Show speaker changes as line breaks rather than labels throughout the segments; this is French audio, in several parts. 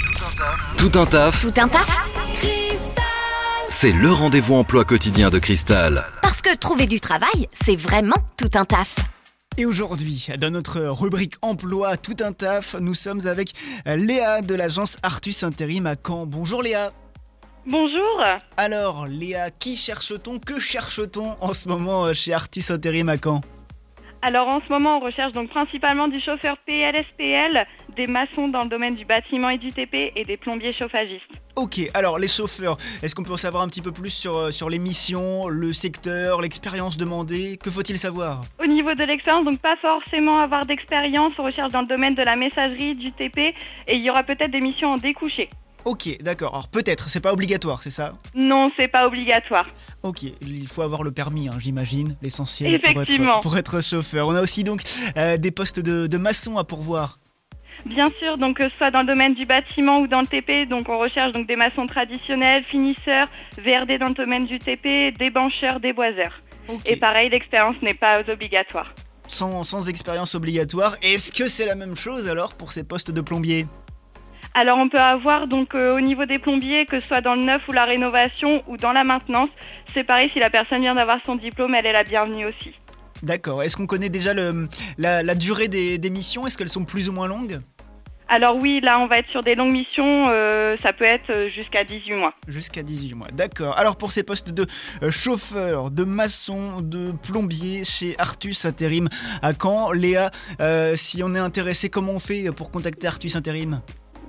Tout un taf,
Tout un taf
c'est le rendez-vous emploi quotidien de Cristal.
Parce que trouver du travail, c'est vraiment tout un taf.
Et aujourd'hui, dans notre rubrique emploi, tout un taf, nous sommes avec Léa de l'agence Artus Intérim à Caen. Bonjour Léa.
Bonjour.
Alors Léa, qui cherche-t-on Que cherche-t-on en ce moment euh, chez Artus Intérim à Caen
Alors en ce moment, on recherche donc principalement du chauffeur PLSPL, des maçons dans le domaine du bâtiment et du TP et des plombiers chauffagistes.
Ok, alors les chauffeurs, est-ce qu'on peut en savoir un petit peu plus sur, euh, sur les missions, le secteur, l'expérience demandée Que faut-il savoir
Au niveau de l'expérience, donc pas forcément avoir d'expérience, on recherche dans le domaine de la messagerie, du TP et il y aura peut-être des missions en découché.
Ok, d'accord. Alors peut-être, c'est pas obligatoire, c'est ça
Non, c'est pas obligatoire.
Ok, il faut avoir le permis, hein, j'imagine, l'essentiel pour être-
Effectivement.
Pour, être, chauffeur. On a aussi donc euh, des postes de, de maçons à pourvoir.
Bien sûr, donc que ce soit dans le domaine du bâtiment ou dans le TP, donc on recherche donc des maçons traditionnels, finisseurs, VRD dans le domaine du TP, des bancheurs, des boiseurs.
Ok.
Et pareil, l'expérience n'est pas obligatoire.
Sans, sans expérience obligatoire, est-ce que c'est la même chose alors pour ces postes de plombier
Alors on peut avoir donc euh, au niveau des plombiers, que ce soit dans le neuf ou la rénovation ou dans la maintenance, c'est pareil si la personne vient d'avoir son diplôme, elle est la bienvenue aussi.
D'accord. Est-ce qu'on connaît déjà le, la, la durée des, des missions Est-ce qu'elles sont plus ou moins longues
Alors oui, là on va être sur des longues missions, euh, ça peut être euh, jusqu'à 18 mois.
Jusqu'à 18 mois. D'accord. Alors pour ces postes de euh, chauffeur, de maçon, de plombier chez Artus Intérim à Caen, Léa, euh, si on est intéressé, comment on fait pour contacter Artus Intérim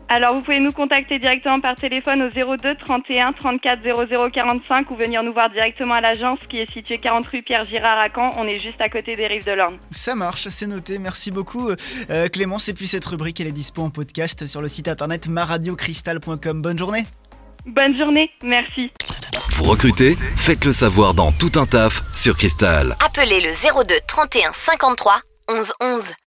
Alors vous pouvez nous contacter directement par téléphone au 02 31 34 00 45 ou venir nous voir directement à l'agence qui est située 40 rue Pierre Girard à Caen, on est juste à côté des rives de l'Orne.
Ça marche, c'est noté. Merci beaucoup euh, euh, Clémence. Et puis cette rubrique, elle est dispo en podcast sur le site internet maradiocristal.com. Bonne journée.
Bonne journée, merci.
Vous recrutez Faites le savoir dans Tout un taf sur Cristal.
Appelez le 02 31 53 11 11.